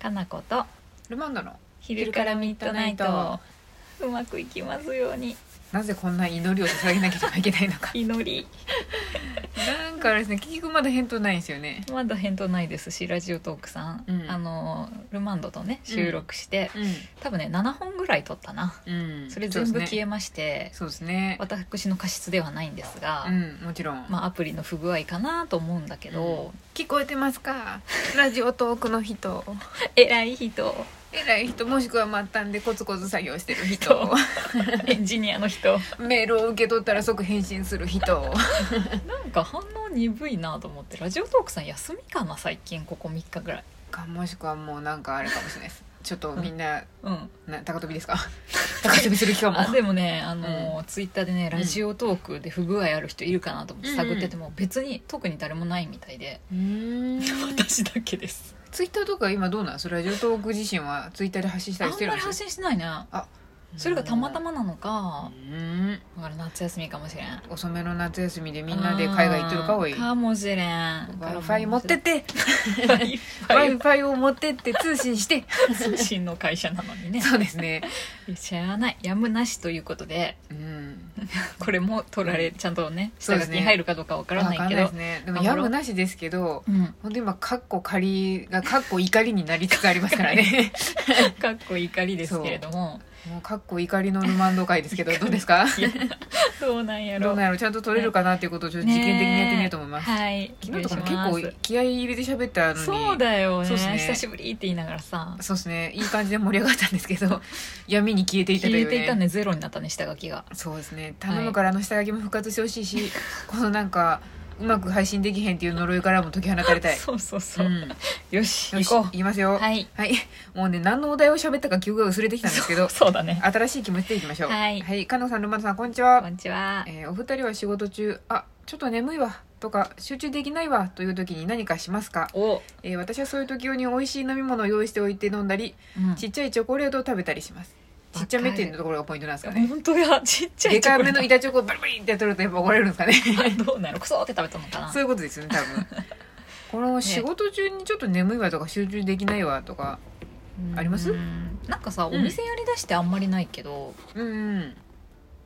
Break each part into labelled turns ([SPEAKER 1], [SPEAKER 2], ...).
[SPEAKER 1] かなこと
[SPEAKER 2] ルマンドの
[SPEAKER 1] 昼からミッドナイトうまくいきますように
[SPEAKER 2] なぜこんな祈りを捧げなければいけないの か
[SPEAKER 1] 祈り
[SPEAKER 2] なんかあれですね結局まだ返答ないんですよね
[SPEAKER 1] まだ返答ないですしラジオトークさん、
[SPEAKER 2] うん
[SPEAKER 1] あのルマンドとね収録して、多分ね7本ぐらい撮ったな、
[SPEAKER 2] うん、うん、
[SPEAKER 1] それ全部消
[SPEAKER 2] え
[SPEAKER 1] えまして、
[SPEAKER 2] そうですね
[SPEAKER 1] 私の過失ではないんですが、
[SPEAKER 2] うんもちろん、
[SPEAKER 1] まあアプリの不具合かなと思うんだけど、
[SPEAKER 2] 聞こえてますかラジオトークの 人
[SPEAKER 1] 偉い 人
[SPEAKER 2] 偉い人もしくは末端でコツコツ作業してる人
[SPEAKER 1] そエンジニアの人
[SPEAKER 2] メールを受け取ったら即返信する人
[SPEAKER 1] なんか反応鈍いなと思ってラジオトークさん休みかな最近ここ3日ぐらい
[SPEAKER 2] かもしくはもうなんかあれかもしれないですちょっとみんな,、
[SPEAKER 1] うん
[SPEAKER 2] な高飛 びですか高飛びする気かも
[SPEAKER 1] あでもねあの、ツイッターでねラジオトークで不具合ある人いるかなと思って探ってても、別に特に誰もないみたいで、
[SPEAKER 2] う ーん
[SPEAKER 1] 私だけです
[SPEAKER 2] ツイッターとか今どうなんですラジオトーク自身はツイッターで発信し
[SPEAKER 1] あ
[SPEAKER 2] た
[SPEAKER 1] ん
[SPEAKER 2] りしてる
[SPEAKER 1] まり
[SPEAKER 2] んです
[SPEAKER 1] 発信してないねそれがたまたまなのか
[SPEAKER 2] う、ーん
[SPEAKER 1] だから夏休みかもしれん
[SPEAKER 2] 遅めの夏休みでみんなで海外行ってるか多い
[SPEAKER 1] うんかもしれん
[SPEAKER 2] w i f i 持ってって
[SPEAKER 1] w i
[SPEAKER 2] w i
[SPEAKER 1] f
[SPEAKER 2] f i を持ってって通信して
[SPEAKER 1] i 通信の会社なのにね
[SPEAKER 2] そうですね
[SPEAKER 1] しゃあないやむなしということで
[SPEAKER 2] うん
[SPEAKER 1] これも取られちゃんとね
[SPEAKER 2] そう
[SPEAKER 1] 下書
[SPEAKER 2] です
[SPEAKER 1] き
[SPEAKER 2] ね
[SPEAKER 1] に入るかどうかわから
[SPEAKER 2] わ
[SPEAKER 1] ない
[SPEAKER 2] かん
[SPEAKER 1] け
[SPEAKER 2] ないで
[SPEAKER 1] ど
[SPEAKER 2] すねでも
[SPEAKER 1] 頑張ろ
[SPEAKER 2] や
[SPEAKER 1] う
[SPEAKER 2] むなしですけど
[SPEAKER 1] うん
[SPEAKER 2] 本当今カッコ仮がカッコ怒りになりつつあります からね
[SPEAKER 1] かっこ怒りですけれども
[SPEAKER 2] もうカッコ怒りのルマンド会です けどどうですか
[SPEAKER 1] いやどうなんや
[SPEAKER 2] ど
[SPEAKER 1] ろ
[SPEAKER 2] うなんやろうちゃんと取れるかなっていうことをちょっと実験的にやってみようと思います、
[SPEAKER 1] ねえはい
[SPEAKER 2] 昨日とかも結構気合い入れて喋ったのに
[SPEAKER 1] そうだよね
[SPEAKER 2] そうっすね
[SPEAKER 1] 久しぶりって言いながらさ
[SPEAKER 2] そうですねいい感じで盛り上がったんですけど闇に消えていたと
[SPEAKER 1] 消
[SPEAKER 2] い
[SPEAKER 1] え
[SPEAKER 2] う、ね、
[SPEAKER 1] ていたねゼロになったね下書きが
[SPEAKER 2] そうですね頼むからあの下書きも復活してほしいし、このなんかうまく配信できへんっていう呪いからも解き放たれたい
[SPEAKER 1] そうそうそううんよし
[SPEAKER 2] よし
[SPEAKER 1] 行こ
[SPEAKER 2] いきますよ
[SPEAKER 1] うはい
[SPEAKER 2] はい、もうね何のお題を喋ったか記憶が薄れてきたんですけど
[SPEAKER 1] そうだね
[SPEAKER 2] 新しい気持ちでいきましょう
[SPEAKER 1] はい
[SPEAKER 2] かのさんルマンドさんこんにち
[SPEAKER 1] こ
[SPEAKER 2] は
[SPEAKER 1] ん、にちは
[SPEAKER 2] えーお二人は仕事中あちょっと眠いわとか集中できないわという時に何かしますか、
[SPEAKER 1] お
[SPEAKER 2] えー私はそういう時用に美味しい飲み物を用意しておいて飲んだり
[SPEAKER 1] うん
[SPEAKER 2] ちっちゃいチョコレートを食べたりします
[SPEAKER 1] わかる
[SPEAKER 2] ちっちゃめっていうところがポイントなんですかね
[SPEAKER 1] 本当やちっちゃい
[SPEAKER 2] でかめの
[SPEAKER 1] チ
[SPEAKER 2] 板チョコをバリバリって取るとやっぱ怒られるんですかね
[SPEAKER 1] ョコレート どうなのクソって食べたのかな
[SPEAKER 2] そういうことですよね多 分この仕事中にちょっと眠いわとか集中できないわとか
[SPEAKER 1] うん
[SPEAKER 2] あります
[SPEAKER 1] なんかさお
[SPEAKER 2] ん
[SPEAKER 1] 店やりだしてあんまりないけど、
[SPEAKER 2] うんうん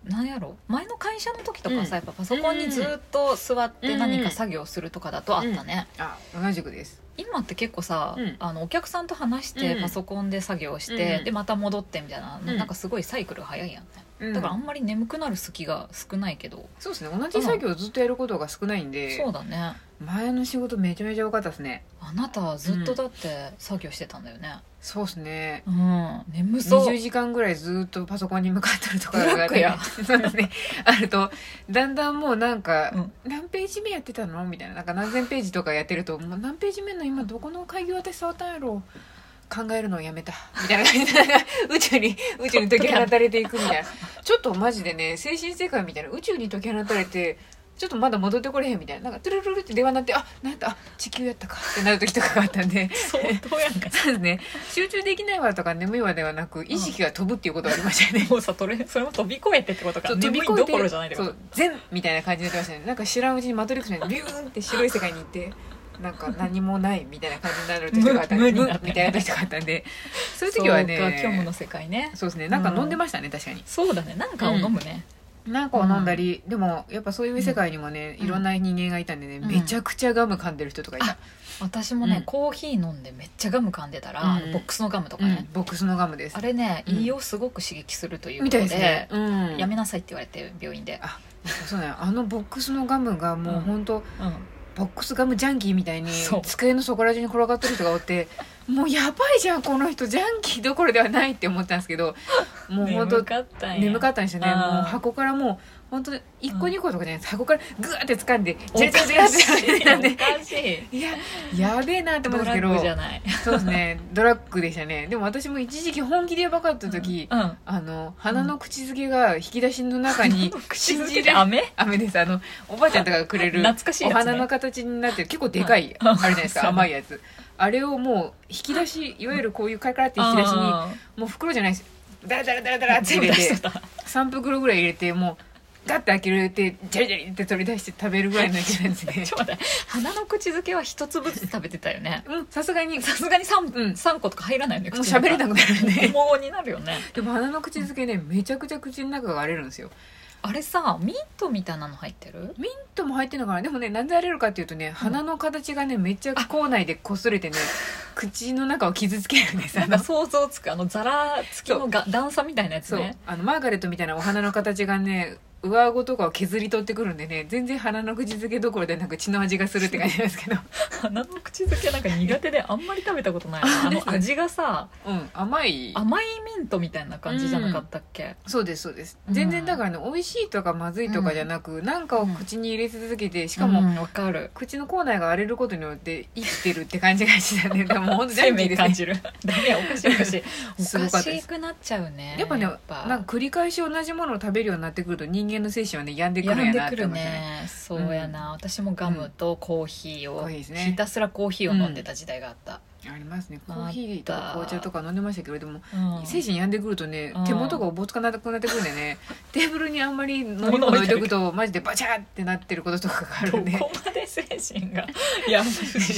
[SPEAKER 1] なんやろ前の会社の時とか
[SPEAKER 2] うん
[SPEAKER 1] さ、やっぱパソコンにずっと座って何か作業するとかだとあったね、
[SPEAKER 2] あ同じくです
[SPEAKER 1] 今って結構さ、
[SPEAKER 2] うん
[SPEAKER 1] あのお客さんと話して
[SPEAKER 2] うん
[SPEAKER 1] パソコンで作業して、
[SPEAKER 2] うん
[SPEAKER 1] でまた戻ってみたいな、
[SPEAKER 2] うん
[SPEAKER 1] なんかすごいサイクル早いやんね、
[SPEAKER 2] うん
[SPEAKER 1] だからあんまり眠くなる隙が少ないけど、
[SPEAKER 2] そうですね同じ作業をずっとやることが少ないんで
[SPEAKER 1] そうだね
[SPEAKER 2] 前の仕事めちゃめちゃ良かったですね
[SPEAKER 1] あなたはずっとだって作業してたんだよね
[SPEAKER 2] そうですね
[SPEAKER 1] うん、眠そう
[SPEAKER 2] 20時間ぐらいずっとパソコンに向かってるとか
[SPEAKER 1] ブラックや
[SPEAKER 2] そうですねあるとだんだんもうなんか、
[SPEAKER 1] うん
[SPEAKER 2] 何ページ目やってたのみたいななんか何千ページとかやってるともう何ページ目の今どこの会議私触ったんやろ考えるのをやめたみたいな感じで宇宙に宇宙に解き放たれていくみたいなちょっとマジでね精神世界みたいな宇宙に解き放たれてちょっとまだ戻ってこれへんみたいななんかトゥルルルって電話になってあなんやったあ地球やったかってなる時とかがあったんで
[SPEAKER 1] 相当やんか
[SPEAKER 2] そうですね集中できないわとか眠いわではなく意識が飛ぶっていうことがありました よね、
[SPEAKER 1] もうさとれそれも飛び越えてってことか
[SPEAKER 2] そう
[SPEAKER 1] 眠いどころじゃないってこ
[SPEAKER 2] そ
[SPEAKER 1] と
[SPEAKER 2] う全みたいな感じになってましたねなんか知らんうちにマトリックスにビューンって白い世界に行ってなんか何もないみたいな感じになる時 とかあったん
[SPEAKER 1] 無
[SPEAKER 2] で
[SPEAKER 1] 無になって
[SPEAKER 2] みたいな時とかあったんでそういう時は
[SPEAKER 1] そうか虚無
[SPEAKER 2] ね
[SPEAKER 1] の世界ね
[SPEAKER 2] そうですねなんか飲んでましたね、確かに
[SPEAKER 1] そうだねなんかを飲むね、
[SPEAKER 2] なんかを飲んだり、でもやっぱそういう世界にもね、
[SPEAKER 1] うん
[SPEAKER 2] いろんな人間がいたんでね、
[SPEAKER 1] うん
[SPEAKER 2] めちゃくちゃガム噛んでる人とかいた、
[SPEAKER 1] 私もね、
[SPEAKER 2] うん
[SPEAKER 1] コーヒー飲んでめっちゃガム噛んでたら、
[SPEAKER 2] うん
[SPEAKER 1] あのボックスのガムとか
[SPEAKER 2] う
[SPEAKER 1] ね
[SPEAKER 2] ん、ボックスのガムです
[SPEAKER 1] あれね、
[SPEAKER 2] うん
[SPEAKER 1] 胃をすごく刺激するというこ
[SPEAKER 2] み
[SPEAKER 1] と
[SPEAKER 2] たい
[SPEAKER 1] で
[SPEAKER 2] ですね、うん、
[SPEAKER 1] やめなさいって言われて病院で、
[SPEAKER 2] そうねあのボックスのガムがもう本当、
[SPEAKER 1] うん、
[SPEAKER 2] ボックスガムジャンキーみたいに
[SPEAKER 1] そう
[SPEAKER 2] 机のそこら中に転がってる人がおってもうやばいじゃんこの人ジャンキーどころではないって思ったんですけどもう本当
[SPEAKER 1] 眠かったんや
[SPEAKER 2] 眠かったんですよね
[SPEAKER 1] あー
[SPEAKER 2] もう箱からもう本当1個
[SPEAKER 1] うん
[SPEAKER 2] 2個とかじゃないです箱からグワーって掴んで
[SPEAKER 1] お
[SPEAKER 2] ジャジャジャ
[SPEAKER 1] か
[SPEAKER 2] ジャ
[SPEAKER 1] し
[SPEAKER 2] ジャ
[SPEAKER 1] い
[SPEAKER 2] ジャなん
[SPEAKER 1] お
[SPEAKER 2] で
[SPEAKER 1] かしい
[SPEAKER 2] いややべえなって思
[SPEAKER 1] ド
[SPEAKER 2] うんです
[SPEAKER 1] ラッ
[SPEAKER 2] け
[SPEAKER 1] グじゃ
[SPEAKER 2] ど
[SPEAKER 1] ない
[SPEAKER 2] そうですねドラッグでしたねでも私も一時期本気でやばかった時、
[SPEAKER 1] うんうん
[SPEAKER 2] あの鼻の口づけが引き出しの中に
[SPEAKER 1] 口
[SPEAKER 2] 信
[SPEAKER 1] づけ
[SPEAKER 2] じ
[SPEAKER 1] で
[SPEAKER 2] られ
[SPEAKER 1] 雨
[SPEAKER 2] 雨ですあのおばあちゃんとかがくれる
[SPEAKER 1] 懐かしいや
[SPEAKER 2] お
[SPEAKER 1] つ、ね、
[SPEAKER 2] 花の形になってる結構で かいあれじゃないです
[SPEAKER 1] そ
[SPEAKER 2] か
[SPEAKER 1] う
[SPEAKER 2] 甘いやつあれをもう引き出し いわゆるこういうカラカラって引き出しにもう袋じゃないですダラダラダラダラって入れ
[SPEAKER 1] 出してとった
[SPEAKER 2] 3袋ぐらい入れてもうガッて開けるってジャリジャリって取り出して食べるぐらいの勢いなんですね
[SPEAKER 1] ちょっと待って花の口づけは一粒ずつ食べてたよね
[SPEAKER 2] うん さすがにも
[SPEAKER 1] さすがに 3,、
[SPEAKER 2] うん
[SPEAKER 1] 三個とか入らないのよ
[SPEAKER 2] う喋れなくなる ね
[SPEAKER 1] もうになるよね
[SPEAKER 2] でも鼻の口づけねめちゃくちゃ口の中が荒れるんですよ
[SPEAKER 1] あれさミントみたいなの入ってる
[SPEAKER 2] ミントも入ってんのかなでもねなんで荒れるかっていうとね鼻の形がねめっちゃ口内で擦れて ね口の中を傷つけるんです
[SPEAKER 1] な
[SPEAKER 2] あ
[SPEAKER 1] んか
[SPEAKER 2] の
[SPEAKER 1] 想像つくあのザラつきのが段差みたいなやつ
[SPEAKER 2] そう
[SPEAKER 1] ね
[SPEAKER 2] あのマーガレットみたいなお花の形がね上顎とかを削り取ってくるんでね全然鼻の口づけどころでなく血の味がするって感じなんです けど
[SPEAKER 1] 鼻の口づけなんか苦手であんまり食べたことないな
[SPEAKER 2] あ
[SPEAKER 1] あ
[SPEAKER 2] で
[SPEAKER 1] の
[SPEAKER 2] すね
[SPEAKER 1] 味がさ
[SPEAKER 2] うん甘い
[SPEAKER 1] 甘いミントみたいな感じじゃなかったっけ、
[SPEAKER 2] そうですそうです
[SPEAKER 1] うん
[SPEAKER 2] 全然だからね、美味しいとかまずいとかじゃなく、なんかを口に入れ続けてし
[SPEAKER 1] し
[SPEAKER 2] か
[SPEAKER 1] かも
[SPEAKER 2] も、
[SPEAKER 1] わ、かる
[SPEAKER 2] 口の口内が荒れることによって生きてるって感じがしてた ねでも本当ジャ
[SPEAKER 1] 生
[SPEAKER 2] ンキー
[SPEAKER 1] 命
[SPEAKER 2] です
[SPEAKER 1] 感
[SPEAKER 2] ね
[SPEAKER 1] じるダメやおかしいおかしい
[SPEAKER 2] す
[SPEAKER 1] お
[SPEAKER 2] ごか
[SPEAKER 1] か
[SPEAKER 2] ったで
[SPEAKER 1] し
[SPEAKER 2] す
[SPEAKER 1] くなっちゃうね
[SPEAKER 2] やっぱねなんか繰り返し同じものを食べるようになってくると人間の精神はね病んでくるん
[SPEAKER 1] やん
[SPEAKER 2] や
[SPEAKER 1] で
[SPEAKER 2] な
[SPEAKER 1] く
[SPEAKER 2] って
[SPEAKER 1] る
[SPEAKER 2] 思ってね
[SPEAKER 1] ねそうやな、私もガムとコーヒー
[SPEAKER 2] コ
[SPEAKER 1] を、
[SPEAKER 2] ーヒーですね
[SPEAKER 1] ひたすらコーヒーを飲んでた時代があった、
[SPEAKER 2] ありますねコ
[SPEAKER 1] また
[SPEAKER 2] ーヒーとか紅茶とか飲んでましたけれども
[SPEAKER 1] うん
[SPEAKER 2] 精神病んでくるとね
[SPEAKER 1] うん
[SPEAKER 2] 手元がおぼつかなくなってくるん でねテーブルにあんまり飲み
[SPEAKER 1] 物
[SPEAKER 2] 物
[SPEAKER 1] 置い
[SPEAKER 2] 置い
[SPEAKER 1] て
[SPEAKER 2] と
[SPEAKER 1] る
[SPEAKER 2] くとマジでバチャーってなってることとかがあるんで
[SPEAKER 1] どこまで精神 がや ばいし
[SPEAKER 2] そうで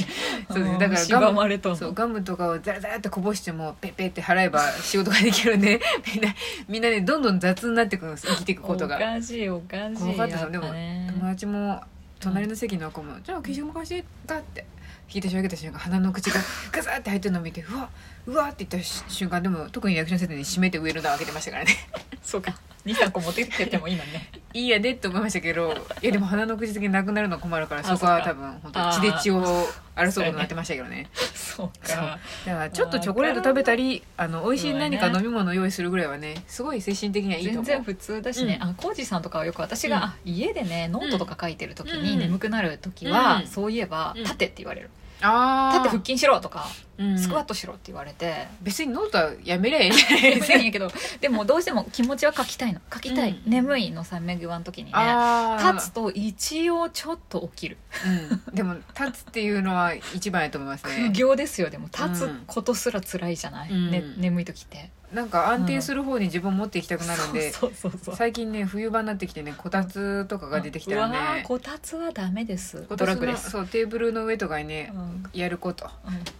[SPEAKER 2] すねだから
[SPEAKER 1] 狭まれと
[SPEAKER 2] そう
[SPEAKER 1] の
[SPEAKER 2] ガムとかをザラザラってこぼしてもペッペッって払えば仕事ができるんでみんなみんなねどんどん雑になってくるんです生きていくこと
[SPEAKER 1] お
[SPEAKER 2] が
[SPEAKER 1] かしいおかしい
[SPEAKER 2] 怖かったですよ
[SPEAKER 1] やぱね
[SPEAKER 2] 友達も隣の席の子も「じゃあ消しゴム貸して」だって引いてし上げた瞬間鼻の口がガサって入ってるのを見て「うわうわ」って言った瞬間でも特にリアクションせずに閉めて上の段開けてましたからね
[SPEAKER 1] そうか23個持ってっててもいいのね
[SPEAKER 2] いいやでって思いましたけどいやでも鼻の口づけなくなるの困るから
[SPEAKER 1] あ
[SPEAKER 2] そこは
[SPEAKER 1] そっか
[SPEAKER 2] 多分本当血で血を争うことになってましたけどね
[SPEAKER 1] そう
[SPEAKER 2] そう
[SPEAKER 1] か
[SPEAKER 2] だからちょっとチョコレート食べたりあの美味しい何か飲み物用意するぐらいはねすごい精神的にはいいと思
[SPEAKER 1] 全
[SPEAKER 2] う
[SPEAKER 1] 然普通だしね、
[SPEAKER 2] うん
[SPEAKER 1] あコージさんとかはよく私
[SPEAKER 2] うん
[SPEAKER 1] が、あ家でねノートとか書いてる時
[SPEAKER 2] うんう
[SPEAKER 1] に
[SPEAKER 2] ん
[SPEAKER 1] 眠くなる時は、
[SPEAKER 2] うん
[SPEAKER 1] そういえば
[SPEAKER 2] うん
[SPEAKER 1] 「立て」って言われる「
[SPEAKER 2] あ
[SPEAKER 1] 立って
[SPEAKER 2] あ
[SPEAKER 1] 腹筋しろ」とか「スクワッ
[SPEAKER 2] ト
[SPEAKER 1] トしろ」って言われて、
[SPEAKER 2] 別にノートはやめりゃいいじゃないで
[SPEAKER 1] 眠
[SPEAKER 2] す
[SPEAKER 1] い
[SPEAKER 2] か
[SPEAKER 1] んやけどでもどうしても気持ちは書きたいの書きたい、
[SPEAKER 2] うん
[SPEAKER 1] 眠いの3目際の時にね
[SPEAKER 2] あー
[SPEAKER 1] 立つと一応ちょっと起きる
[SPEAKER 2] うん、でも立つっていうのは一番やと思います
[SPEAKER 1] 苦
[SPEAKER 2] ね
[SPEAKER 1] 行ですよでも立
[SPEAKER 2] う
[SPEAKER 1] つ
[SPEAKER 2] ん
[SPEAKER 1] ことすら辛いじゃない、
[SPEAKER 2] うん
[SPEAKER 1] ね、眠い時って
[SPEAKER 2] なんか安定する方に自分持っていきたくなるんで、
[SPEAKER 1] そうそうそうそう
[SPEAKER 2] 最近ね冬場になってきてねこたつとかが出てきたら
[SPEAKER 1] うわー
[SPEAKER 2] ね
[SPEAKER 1] こたつはダメです
[SPEAKER 2] こ
[SPEAKER 1] ド
[SPEAKER 2] た
[SPEAKER 1] ラ
[SPEAKER 2] つ
[SPEAKER 1] ッグ
[SPEAKER 2] の
[SPEAKER 1] です、
[SPEAKER 2] そうテーブルの上とかにね
[SPEAKER 1] うんうん
[SPEAKER 2] やること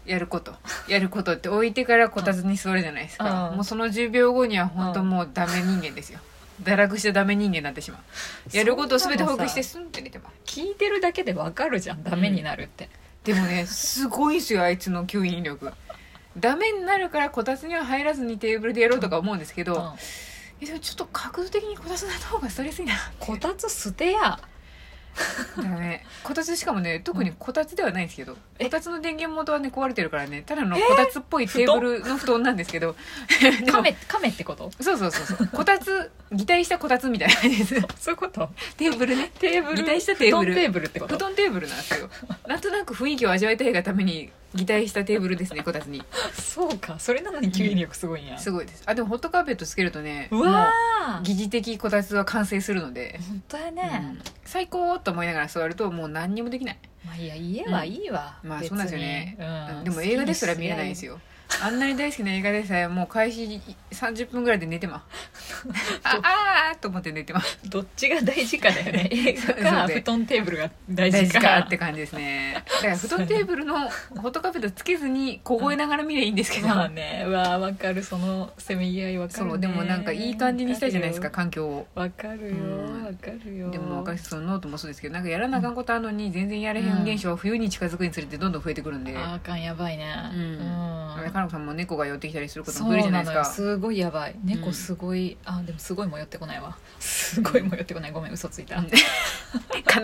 [SPEAKER 2] やることやることって置いてからこたつに座るじゃないですか、
[SPEAKER 1] うん
[SPEAKER 2] もうその10秒後には本当もうダメ人間ですよ堕落してダメ人間になってしまうやることを全てほぐしてスンって寝てます
[SPEAKER 1] 聞いてるだけでわかるじゃんダメになるって、
[SPEAKER 2] でもねすごいですよあいつの吸引力ダメになるからこたつには入らずにテーブルでやろうとか思うんですけど、
[SPEAKER 1] うん
[SPEAKER 2] えでもちょっと角度的にこたつの方がストレスいいな
[SPEAKER 1] こたつ捨てや
[SPEAKER 2] だねこたつしかもね特にこたつではないんですけど、
[SPEAKER 1] え
[SPEAKER 2] こたつの電源元はね壊れてるからねただのこたつっぽいテーブルの布団なんですけど、 でも
[SPEAKER 1] カメカメってこと
[SPEAKER 2] そうそうそうそうこたつ擬態したこたつみたいな感じです
[SPEAKER 1] そういうこと
[SPEAKER 2] テーブルね
[SPEAKER 1] テーブル
[SPEAKER 2] 擬態したテーブル
[SPEAKER 1] 布団テーブルってこと
[SPEAKER 2] 布団テーブルなんですよなんとなく雰囲気を味わいたいがために擬態したテーブルですねこたつに
[SPEAKER 1] そうかそれなのに吸引力すごいんや、
[SPEAKER 2] すごいですあでもホットカーペットつけるとね
[SPEAKER 1] うわ
[SPEAKER 2] もう
[SPEAKER 1] ー
[SPEAKER 2] 疑似的こたつは完成するので、
[SPEAKER 1] 本当やね、
[SPEAKER 2] うん最高と思いながら座るともう何にもできない、
[SPEAKER 1] まあいいや家はいいわ、
[SPEAKER 2] うんまあそうなんですよね
[SPEAKER 1] 別にうん
[SPEAKER 2] でも映画ですら見えないんです
[SPEAKER 1] よ
[SPEAKER 2] よあんなに大好きな映画でさえもう開始30分ぐらいで寝て まああーと思って寝てます
[SPEAKER 1] どっちが大事かだよね映画
[SPEAKER 2] そう
[SPEAKER 1] か
[SPEAKER 2] ね
[SPEAKER 1] 布団テーブルが大
[SPEAKER 2] 大
[SPEAKER 1] 事
[SPEAKER 2] 事
[SPEAKER 1] か
[SPEAKER 2] かって感じですねだから布団テーブルのホットカーペットつけずに凍えながら見りゃいいんですけど、
[SPEAKER 1] まあねうわーわかるそのせめぎ合いわか
[SPEAKER 2] そ
[SPEAKER 1] る、ね、
[SPEAKER 2] うでもなんかいい感じにしたいじゃないですか環境を
[SPEAKER 1] わかるよ
[SPEAKER 2] うん
[SPEAKER 1] わかるよ
[SPEAKER 2] でも私そのノートもそうですけどなんかやらなあかんことあるのに全然やれへん現象は冬に近づくにつれてどんどん増えてくるんで、
[SPEAKER 1] あーあかんやばいね
[SPEAKER 2] うん
[SPEAKER 1] うん
[SPEAKER 2] かのこさんも猫が寄ってきたりすること
[SPEAKER 1] そ
[SPEAKER 2] も
[SPEAKER 1] う
[SPEAKER 2] 増えるじゃな
[SPEAKER 1] ない
[SPEAKER 2] で
[SPEAKER 1] の
[SPEAKER 2] す
[SPEAKER 1] よ
[SPEAKER 2] か
[SPEAKER 1] すごいやばい
[SPEAKER 2] うん
[SPEAKER 1] 猫すごい、あでもすごいも寄ってこないわすごいも寄ってこないごめん嘘ついた、
[SPEAKER 2] うん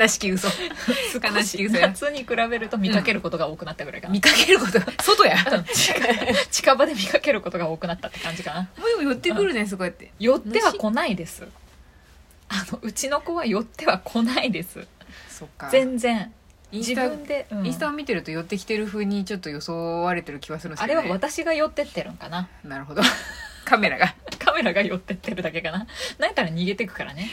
[SPEAKER 2] 悲しき嘘悲しい嘘や
[SPEAKER 1] 夏に比べると見かけることが多くなったぐらいかな、
[SPEAKER 2] 見かけることが外や
[SPEAKER 1] うん近 近場で見かけることが多くなったって感じかな
[SPEAKER 2] もう寄ってくるねそうやって
[SPEAKER 1] 寄っては来ないですあのうちの子は寄っては来ないです
[SPEAKER 2] そっか
[SPEAKER 1] 全然
[SPEAKER 2] イン
[SPEAKER 1] 自
[SPEAKER 2] スタ
[SPEAKER 1] 分で、うん
[SPEAKER 2] インスタを見てると寄ってきてる風にちょっと装われてる気はするんです
[SPEAKER 1] あ
[SPEAKER 2] け
[SPEAKER 1] れ
[SPEAKER 2] ど、
[SPEAKER 1] は
[SPEAKER 2] ね、
[SPEAKER 1] 私が寄ってってるんかな
[SPEAKER 2] なるほど カメラが
[SPEAKER 1] カメラが寄ってってるだけかななんやったら逃げてくからね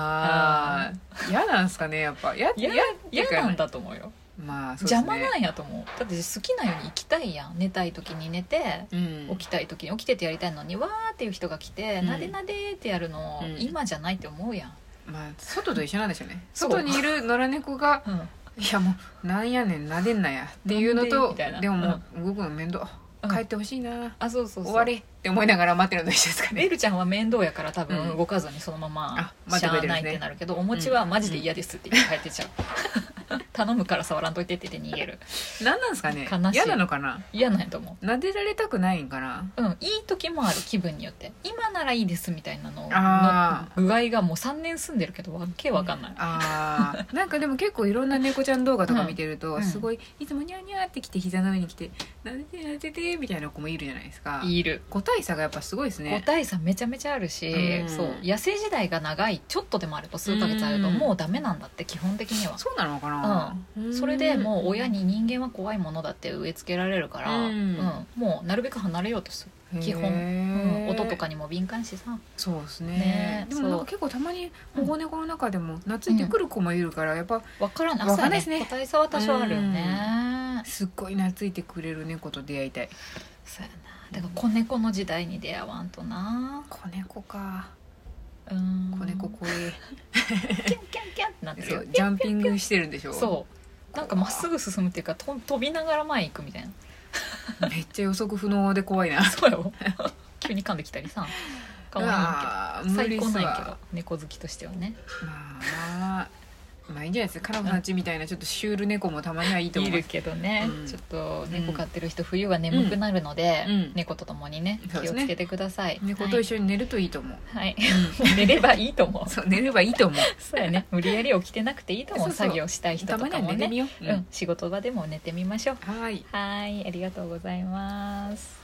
[SPEAKER 2] ああ嫌なんすかねやっぱや
[SPEAKER 1] 嫌
[SPEAKER 2] や
[SPEAKER 1] 嫌なんだと思うよ
[SPEAKER 2] まあそうです
[SPEAKER 1] 邪
[SPEAKER 2] ね
[SPEAKER 1] 魔なんやと思うだって好きなように行きたいやん寝たい時に寝て
[SPEAKER 2] うん
[SPEAKER 1] 起きたい時に起きててやりたいのにわーっていう人が来て、
[SPEAKER 2] うん
[SPEAKER 1] なでなでってやるの、
[SPEAKER 2] うん
[SPEAKER 1] 今じゃないって思うやん
[SPEAKER 2] まあ外と一緒なんでしょうね
[SPEAKER 1] そう
[SPEAKER 2] 外にいる野良猫が
[SPEAKER 1] うん
[SPEAKER 2] 「いやもうなんやねん撫でんなや」っていう
[SPEAKER 1] な
[SPEAKER 2] の
[SPEAKER 1] んで
[SPEAKER 2] と
[SPEAKER 1] みたいな
[SPEAKER 2] でももう動くの面倒
[SPEAKER 1] うん
[SPEAKER 2] 帰ってほしいな
[SPEAKER 1] あそうそうそう
[SPEAKER 2] 終わりって思いながら待ってるのと一緒ですかね
[SPEAKER 1] ベルちゃんは面倒やから多
[SPEAKER 2] う
[SPEAKER 1] 分
[SPEAKER 2] ん
[SPEAKER 1] 動かずにそのまま
[SPEAKER 2] あ待
[SPEAKER 1] し
[SPEAKER 2] って
[SPEAKER 1] ゃ
[SPEAKER 2] くれ
[SPEAKER 1] あない
[SPEAKER 2] てるんですね
[SPEAKER 1] ってなるけどお餅はマジで嫌ですって言って帰ってっちゃ う頼むから触らんといてって言って逃げる
[SPEAKER 2] 何なんですかね
[SPEAKER 1] 悲しい
[SPEAKER 2] 嫌なのかな
[SPEAKER 1] 嫌なんやと思
[SPEAKER 2] 撫でられたくないんかな
[SPEAKER 1] ううんいい時もある気分によって今ならいいですみたいなの
[SPEAKER 2] あ
[SPEAKER 1] の具合がもう3年住んでるけどわけわかんない、
[SPEAKER 2] あーなんかでも結構いろんな猫ちゃん動画とか見てると、
[SPEAKER 1] うん
[SPEAKER 2] すごいいつもニャーニャーって来て膝の上に来て「なでてなでて」みたいな子もいるじゃないですか
[SPEAKER 1] いる
[SPEAKER 2] 個体差がやっぱすごいです
[SPEAKER 1] 個
[SPEAKER 2] ね
[SPEAKER 1] 体差めちゃめちゃあるし、
[SPEAKER 2] うん
[SPEAKER 1] そう野生時代が長いちょっとでもあると数ヶ月あると
[SPEAKER 2] うん
[SPEAKER 1] もうダメなんだって基本的には、
[SPEAKER 2] そうなのかな、うん
[SPEAKER 1] それでもう親に人間は怖いものだって植え付けられるから、
[SPEAKER 2] うん
[SPEAKER 1] うんもうなるべく離れようとする基本うん
[SPEAKER 2] へー
[SPEAKER 1] 音とかにも敏感しさ
[SPEAKER 2] そうですね
[SPEAKER 1] ね
[SPEAKER 2] でもなんか結構たまに保護猫の中でも懐いてくる子もいるからやっぱ
[SPEAKER 1] 分からない
[SPEAKER 2] わかんないですね
[SPEAKER 1] 個体差は多少あるよね
[SPEAKER 2] すっごい懐いてくれる猫と出会いたい
[SPEAKER 1] そうやなだから子猫の時代に出会わんとな
[SPEAKER 2] 子猫か
[SPEAKER 1] うん
[SPEAKER 2] 子猫怖え
[SPEAKER 1] キャンキャンキャンってなってる
[SPEAKER 2] そ
[SPEAKER 1] よ
[SPEAKER 2] うジャンピングしてるんでしょ
[SPEAKER 1] そうなんかまっすぐ進むっていうかと飛びながら前行くみたいな
[SPEAKER 2] めっちゃ予測不能で怖いな
[SPEAKER 1] そう よ急に噛んできたりさ可愛いん
[SPEAKER 2] あ
[SPEAKER 1] けど
[SPEAKER 2] ー無
[SPEAKER 1] 最
[SPEAKER 2] 理っ
[SPEAKER 1] 高
[SPEAKER 2] す
[SPEAKER 1] な
[SPEAKER 2] わ
[SPEAKER 1] んやけど猫好きとしてはね
[SPEAKER 2] まあまあまあいいんじゃないですかカラムさんちみたいなちょっとシュール猫もたまにはいいと思
[SPEAKER 1] いうるけどね、
[SPEAKER 2] うん
[SPEAKER 1] ちょっと猫飼ってる人冬は眠くなるので、
[SPEAKER 2] うんうん
[SPEAKER 1] 猫と共にね
[SPEAKER 2] そ
[SPEAKER 1] 気
[SPEAKER 2] うです
[SPEAKER 1] を
[SPEAKER 2] ね
[SPEAKER 1] つけてください、
[SPEAKER 2] 猫と一緒に寝るといいと思う、
[SPEAKER 1] はい、はい 寝ればいいと思う
[SPEAKER 2] そう寝ればいい と思う
[SPEAKER 1] そうやね無理やり起きてなくていいと思う
[SPEAKER 2] そうそう
[SPEAKER 1] 作業したい人
[SPEAKER 2] た
[SPEAKER 1] と
[SPEAKER 2] まに
[SPEAKER 1] か
[SPEAKER 2] は
[SPEAKER 1] も
[SPEAKER 2] 寝てみ
[SPEAKER 1] ね
[SPEAKER 2] よう、
[SPEAKER 1] うん、仕事場でも寝てみましょう
[SPEAKER 2] うん、はーい
[SPEAKER 1] はいありがとうございます